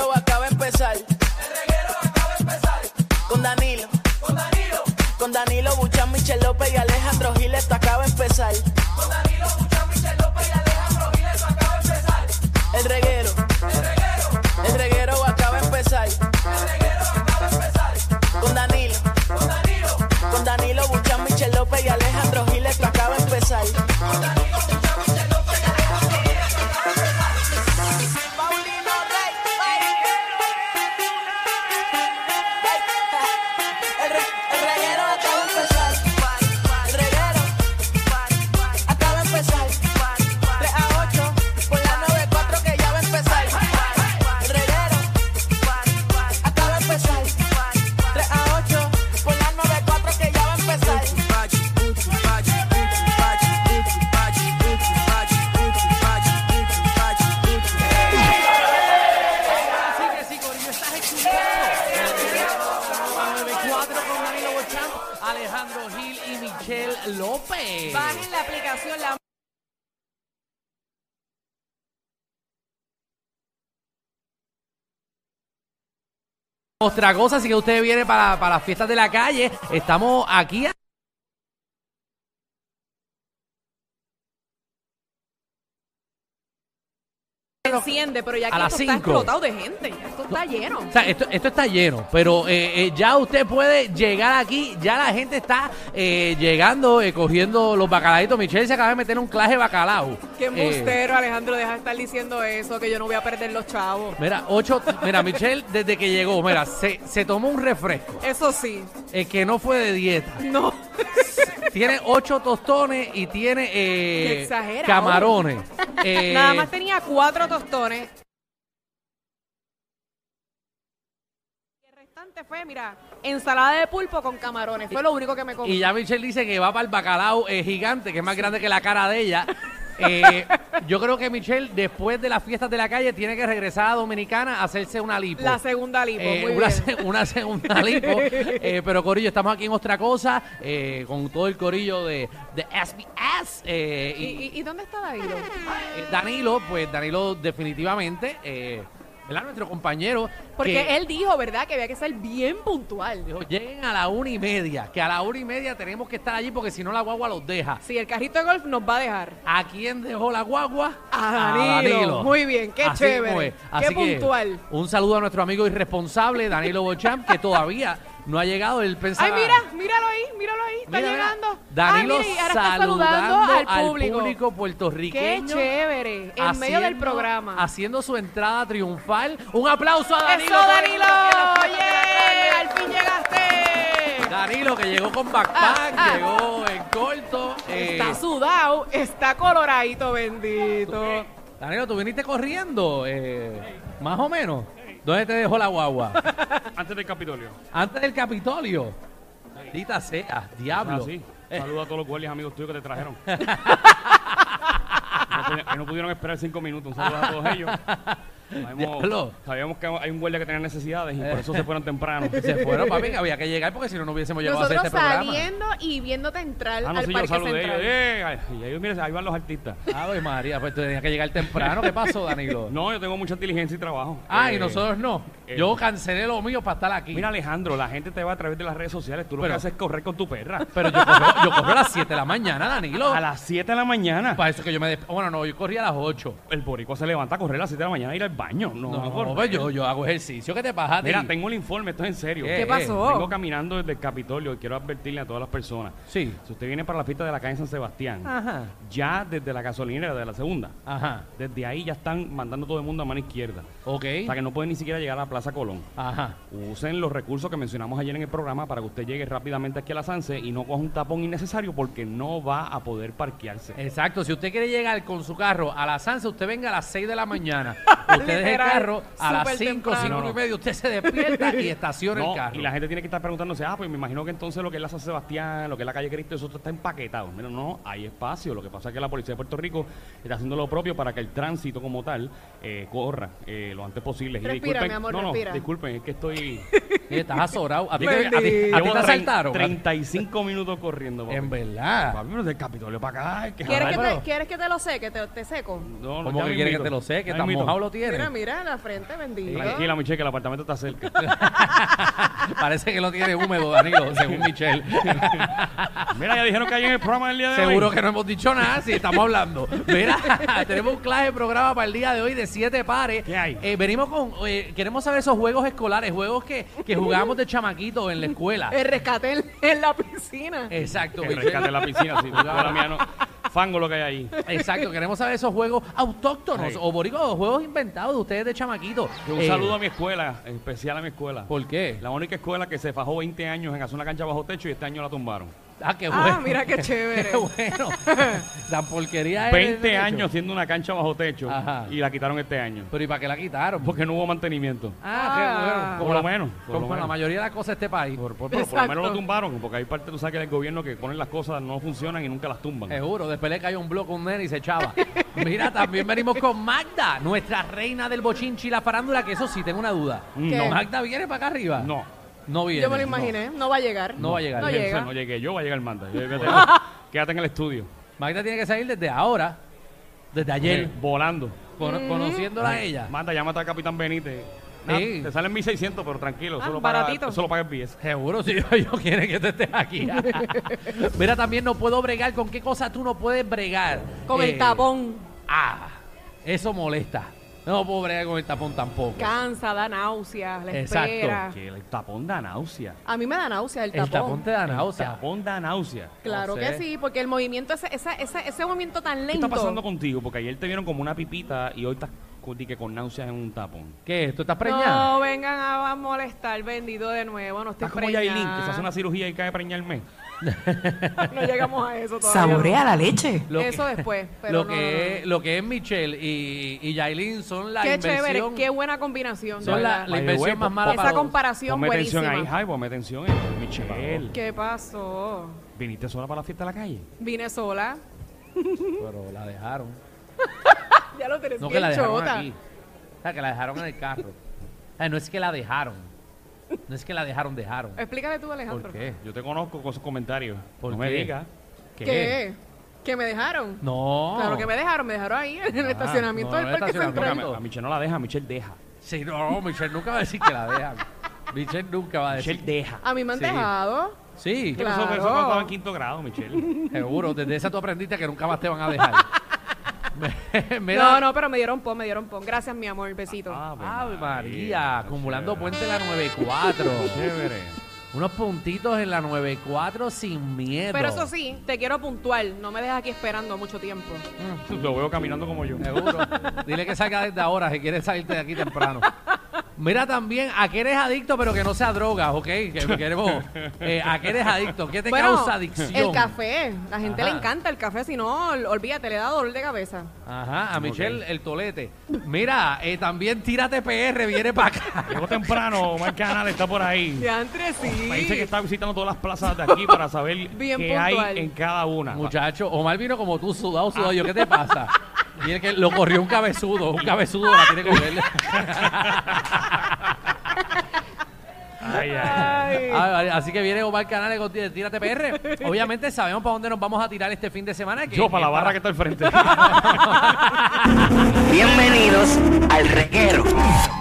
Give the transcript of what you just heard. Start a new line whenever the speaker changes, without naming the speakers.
empezar. El reguero acaba de empezar. Con Danilo. Con Danilo. Con Danilo Buchan, Michel López y Alejandro Gil, esto acaba de empezar. Con Danilo Buchan, Michel López y Alejandro Gil, esto acaba de empezar. El reguero. El reguero. El reguero acaba de empezar. El reguero acaba de empezar. Con Danilo. Con Danilo. Con Danilo Buchan, Michel López y Alejandro Gil, esto acaba de empezar. Con Danilo Buchan, Michel López y Alejandro Gil, esto acaba de empezar. Paulino Rey. El re- el reguero acaba de empezar. El reguero acaba de empezar. 3 a 8 por la 94 que ya va a empezar. El reguero acaba de empezar. 3 a 8 por la 94 que ya va a empezar.
Así que sí, Corillo, estás escuchando. El reguero de la 94 con Danilo Bochán, Alejandro Gil y Michelle López.
Bajen la aplicación, la
Otra así que usted viene para, para las fiestas de la calle. Estamos aquí. a-
enciende, pero ya
A
que
las
esto está
cinco.
explotado de gente, ya esto está lleno.
O sea, esto, esto está lleno, pero eh, eh, ya usted puede llegar aquí. Ya la gente está eh, llegando, eh, cogiendo los bacalaitos. Michelle se acaba de meter un claje de bacalao.
Qué
Eh,
embustero, Alejandro, deja de estar diciendo eso, que yo no voy a perder los chavos.
Mira, ocho, mira, Michelle, desde que llegó, mira, se, se tomó un refresco,
Eso sí,
el que no fue de dieta.
no.
Tiene ocho tostones y tiene eh,
Qué exagerado.
camarones. Eh,
Nada más tenía cuatro tostones. Y el restante fue, mira, ensalada de pulpo con camarones. Fue lo único que me
y
comí.
ya Michelle dice que va para el bacalao eh, gigante, que es más grande que la cara de ella. Eh, yo creo que Michelle, después de las fiestas de la calle, tiene que regresar a Dominicana a hacerse una lipo.
La segunda lipo,
Eh,
muy
una,
bien.
se- una segunda lipo. Eh, pero Corillo, estamos aquí en otra cosa, eh, con todo el corillo de, de SBS. eh,
¿Y, y- y dónde está Danilo?
Eh, Danilo, pues Danilo definitivamente, eh, ¿verdad? Nuestro compañero.
Porque
que
él dijo, ¿verdad?, que había que ser bien puntual.
dijo, lleguen a la una y media, que a la una y media tenemos que estar allí porque si no la guagua los deja.
Sí, el carrito de golf nos va a dejar.
¿A quién dejó la guagua?
A Danilo. Muy bien, qué
Así mismo
chévere,
es.
qué
Así que,
puntual.
Un saludo a nuestro amigo irresponsable, Danilo Bochamp, que todavía no ha llegado. Él pensaba,
Ay, mira, míralo ahí, míralo ahí, está
mira, mira,
llegando.
Danilo
Ay, mira, y ahora está
saludando,
saludando
al público, puertorriqueño.
Qué chévere, en medio del
haciendo-
programa.
Haciendo su entrada triunfal. Un aplauso a Danilo.
¡Eso,
por
Danilo!
el-
¡Yeah! ¡Al fin llegaste!
Danilo que llegó con backpack,
Ah, ah.
llegó en corto. eh,
Está sudado, está coloradito, bendito.
Danilo, tú viniste corriendo, eh, más o menos. ¿Dónde te dejó la guagua?
Antes del Capitolio.
Antes del Capitolio. Maldita sea, diablo.
Ah, sí.
Eh.
Saludos a todos los guardias amigos tuyos que te trajeron. No pudi- que no, pudieron esperar cinco minutos. Un saludo a todos ellos.
Diablo. Eh.
Sabíamos, sabíamos que hay un guardia que tenía necesidades y por eso se fueron temprano.
Se fueron, papi, que había que llegar porque si no, no hubiésemos llegado a hacer
Nosotros
este programa.
saliendo y viéndote entrar
Ah, no,
al
sí, yo
Parque
saludé
Central.
a ellos. ¡Eh! Y ellos, mira, ahí van los artistas.
Ave María, pues tú tenías que llegar temprano. ¿Qué pasó, Danilo?
No, yo tengo mucha diligencia y trabajo.
Ah, y
Eh,
nosotros no.
eh,
Yo cancelé lo mío para estar aquí.
Mira, Alejandro, la gente te va a través de las redes sociales. Tú lo
Pero-
que haces es correr con tu perra.
pero yo corro, yo corro a las 7 de la mañana, Danilo.
A las 7 de la mañana.
Para eso que yo me desp- Bueno, no, yo corrí a las 8.
El boricua se levanta a correr a las 7 de la mañana e ir al baño. No,
No,
a correr.
pues yo, yo hago ejercicio. ¿Qué te pasa, a ti?
Mira, tengo el informe, esto es en serio. Eh,
¿Qué
¿Qué pasó?
Vengo caminando desde el Capitolio y quiero advertirle a todas las personas.
Sí.
Si usted viene para la pista de la calle San Sebastián,
Ajá.
ya desde la gasolinera de la segunda,
Ajá.
desde ahí ya están mandando todo el mundo a mano izquierda.
Ok.
O sea que no pueden ni siquiera llegar a la Plaza Colón.
Ajá.
Usen los recursos que mencionamos ayer en el programa para que usted llegue rápidamente aquí a la Sanse y no coja un tapón innecesario porque no va a poder parquearse.
Exacto, si usted quiere llegar con su carro a las 11, usted venga a las 6 de la mañana. Usted deja el
Literal,
carro a las
súper
5,
temprano.
5 y media, usted se despierta y estaciona
No,
el carro.
y la gente tiene que estar preguntándose, ah, pues me imagino que entonces lo que es la San Sebastián, lo que es la calle Cristo, eso está empaquetado. Mira, no, hay espacio. Lo que pasa es que la policía de Puerto Rico está haciendo lo propio para que el tránsito como tal eh, corra eh, lo antes posible.
Respira, mi amor,
no, no,
respira.
disculpen, es que estoy...
Y estás azorado. ¿A ti, te, a ti- a ti
Llevo
te
tre-
asaltaron?
35 minutos corriendo, papi.
En verdad.
Papi, pero del Capitolio para acá hay que
¿Quieres,
jalar.
que
Bárbaro.
te, ¿Quieres que te lo seque? ¿Te, te seco?
No, no,
¿Cómo
ya
que
me
quiere que
invito.
te lo seque?
Ya me
¿Estás
invito.
mojado? Lo tiene.
Mira, mira, la frente, bendito.
Tranquila, Michelle, que el apartamento está cerca.
Parece que lo tiene húmedo, Danilo, según Michelle.
Mira, ya dijeron que hay en el programa del día de hoy.
Seguro que no hemos dicho nada si estamos hablando. Mira, tenemos un clase de programa para el día de hoy de siete pares.
¿Qué hay?
Eh, venimos con. eh, queremos saber esos juegos escolares, juegos que, que jugábamos de chamaquito en la escuela.
El rescate en, en la piscina.
Exacto,
Que
Michelle.
rescate la piscina, sí. la mía no. Fango lo que hay ahí.
Exacto, queremos saber esos juegos autóctonos
Sí.
o boricos, juegos inventados de ustedes de chamaquito.
Y Un
Eh,
saludo a mi escuela, en especial a mi escuela.
¿Por qué?
La única escuela que se fajó 20 años en hacer una cancha bajo techo y este año la tumbaron.
Ah, qué
Ah,
bueno.
mira qué chévere.
qué bueno. Tan porquería es el
20
derecho.
años haciendo una cancha bajo techo
Ajá.
y la quitaron este año.
Pero ¿y para qué la quitaron?
Porque no hubo mantenimiento.
Ah, qué bueno.
Ah.
Como
Por lo
la-
menos, por lo
Como la
menos.
mayoría de las cosas de este país.
Por, por- pero por lo menos
Exacto.
lo tumbaron, porque hay parte, tú sabes, que del gobierno que ponen las cosas, no funcionan y nunca las tumban.
Seguro, después le cayó un bloque a un nene y se echaba. Mira, también venimos con Magda, nuestra reina del bochinchi y la farándula, que eso sí, tengo una duda.
¿Qué?
No, Magda viene para acá arriba.
Mm, No.
No viene.
Yo me lo
no.
imaginé, no, va a llegar.
No va a llegar.
No
Fíjense,
llega.
no llegué yo, va a llegar Manda. Quédate, quédate en el estudio.
Magda tiene que salir desde ahora, desde ayer,
Eh, volando.
cono- conociéndola a ella.
Manda, llámate al Capitán Benítez. Nah,
Sí.
Te salen 1600, pero tranquilo,
Ah,
solo paga,
baratito.
solo paga el BS.
Seguro, si yo, yo quiero que tú estés aquí. Mira, también no puedo bregar. ¿Con qué cosa tú no puedes bregar?
Con
Eh,
el tapón.
Ah, eso molesta. No puedo bregar con el tapón tampoco.
Cansa, da náuseas, la
Exacto.
espera.
Que el tapón da náusea.
A mí me da náusea el tapón.
El tapón te da náusea.
Tapón da náusea.
Claro
No sé.
que sí, porque el movimiento, ese, esa- esa- ese movimiento tan
¿Qué
lento.
está pasando contigo? Porque ayer te vieron como una pipita y hoy estás con, di que con náuseas en un tapón.
¿Qué? ¿Tú estás preñada?
no vengan a, a molestar, bendito de nuevo. No estoy
Estás como Yailin, que se hace
preñada.
una cirugía y cae preñarme.
No llegamos a eso todavía.
Saborea la leche.
Lo que-
Eso después, pero
lo,
no,
que
no, no.
Es, lo que es Michelle y, y Yailin son la
Qué
inversión.
chévere, qué buena combinación. de
Son la,
verdad.
la
By the
inversión
way,
más
po-
mala
Esa
para todos.
comparación
Ponme
buenísima.
atención ahí, Jai, ponme atención ahí. Michelle,
¿Qué pasó?
¿viniste sola para la fiesta de la calle?
Vine sola.
Pero la dejaron.
Ya lo tenés
No que
bien
la dejaron
chota.
aquí. O sea, que la dejaron en el carro. Ay, no es que la dejaron. No es que la dejaron, dejaron.
Explícale tú, Alejandro.
¿Por qué?
Yo te conozco con esos comentarios.
¿Por
no me
qué?
digas.
¿Qué? ¿Que me dejaron?
No.
Claro que me dejaron, me dejaron ahí en el
Ah,
estacionamiento
no,
del
no,
Parque
estacionamiento.
Central.
Mira, A Michelle no la deja, Michelle deja.
Sí, no, Michelle nunca va a decir que la dejan. Michelle nunca va a decir.
Michelle deja.
A mí me han
Sí.
dejado.
Sí,
¿Qué pasó?
Ah, Claro.
Eso cuando estaba en quinto grado, Michelle.
seguro. Desde esa tú aprendiste que nunca más te van a dejar. Me- me
No,
da-
no, pero me dieron pon, me dieron pon. Gracias, mi amor, besito.
Ah, Ave María, acumulando
chévere.
puente la 94.
Chévere.
Unos puntitos en la 94 sin miedo.
pero eso sí, te quiero puntual. No me dejes aquí esperando mucho tiempo.
Lo veo caminando como yo.
Seguro. Dile que salga desde ahora si quieres salirte de aquí temprano. Mira también, ¿a qué eres adicto pero que no sea drogas, ok? Que queremos, eh, ¿A qué eres adicto? ¿Qué te
Bueno,
causa adicción?
El café. La gente
Ajá.
le encanta el café. Si no, ol- olvídate, le da dolor de cabeza.
Ajá, a Michelle el tolete. Mira, eh, también tírate PR, viene para acá.
Llegó temprano, Omar Canal está por ahí.
De antes sí.
Me dice que está visitando todas las plazas de aquí para saber
Bien
qué
puntual.
hay en cada una.
Muchacho, Omar vino como tú, sudado, sudado. Yo, ¿qué te pasa? Y el que lo corrió un cabezudo, un cabezudo la tiene que verle.
Ay, ay.
Ay.
Ah, vale, Así que viene Omar Canales con tí- Tírate PR. Obviamente sabemos para dónde nos vamos a tirar este fin de semana. que-
Yo para la
que
barra que está al frente.
Bienvenidos al reguero.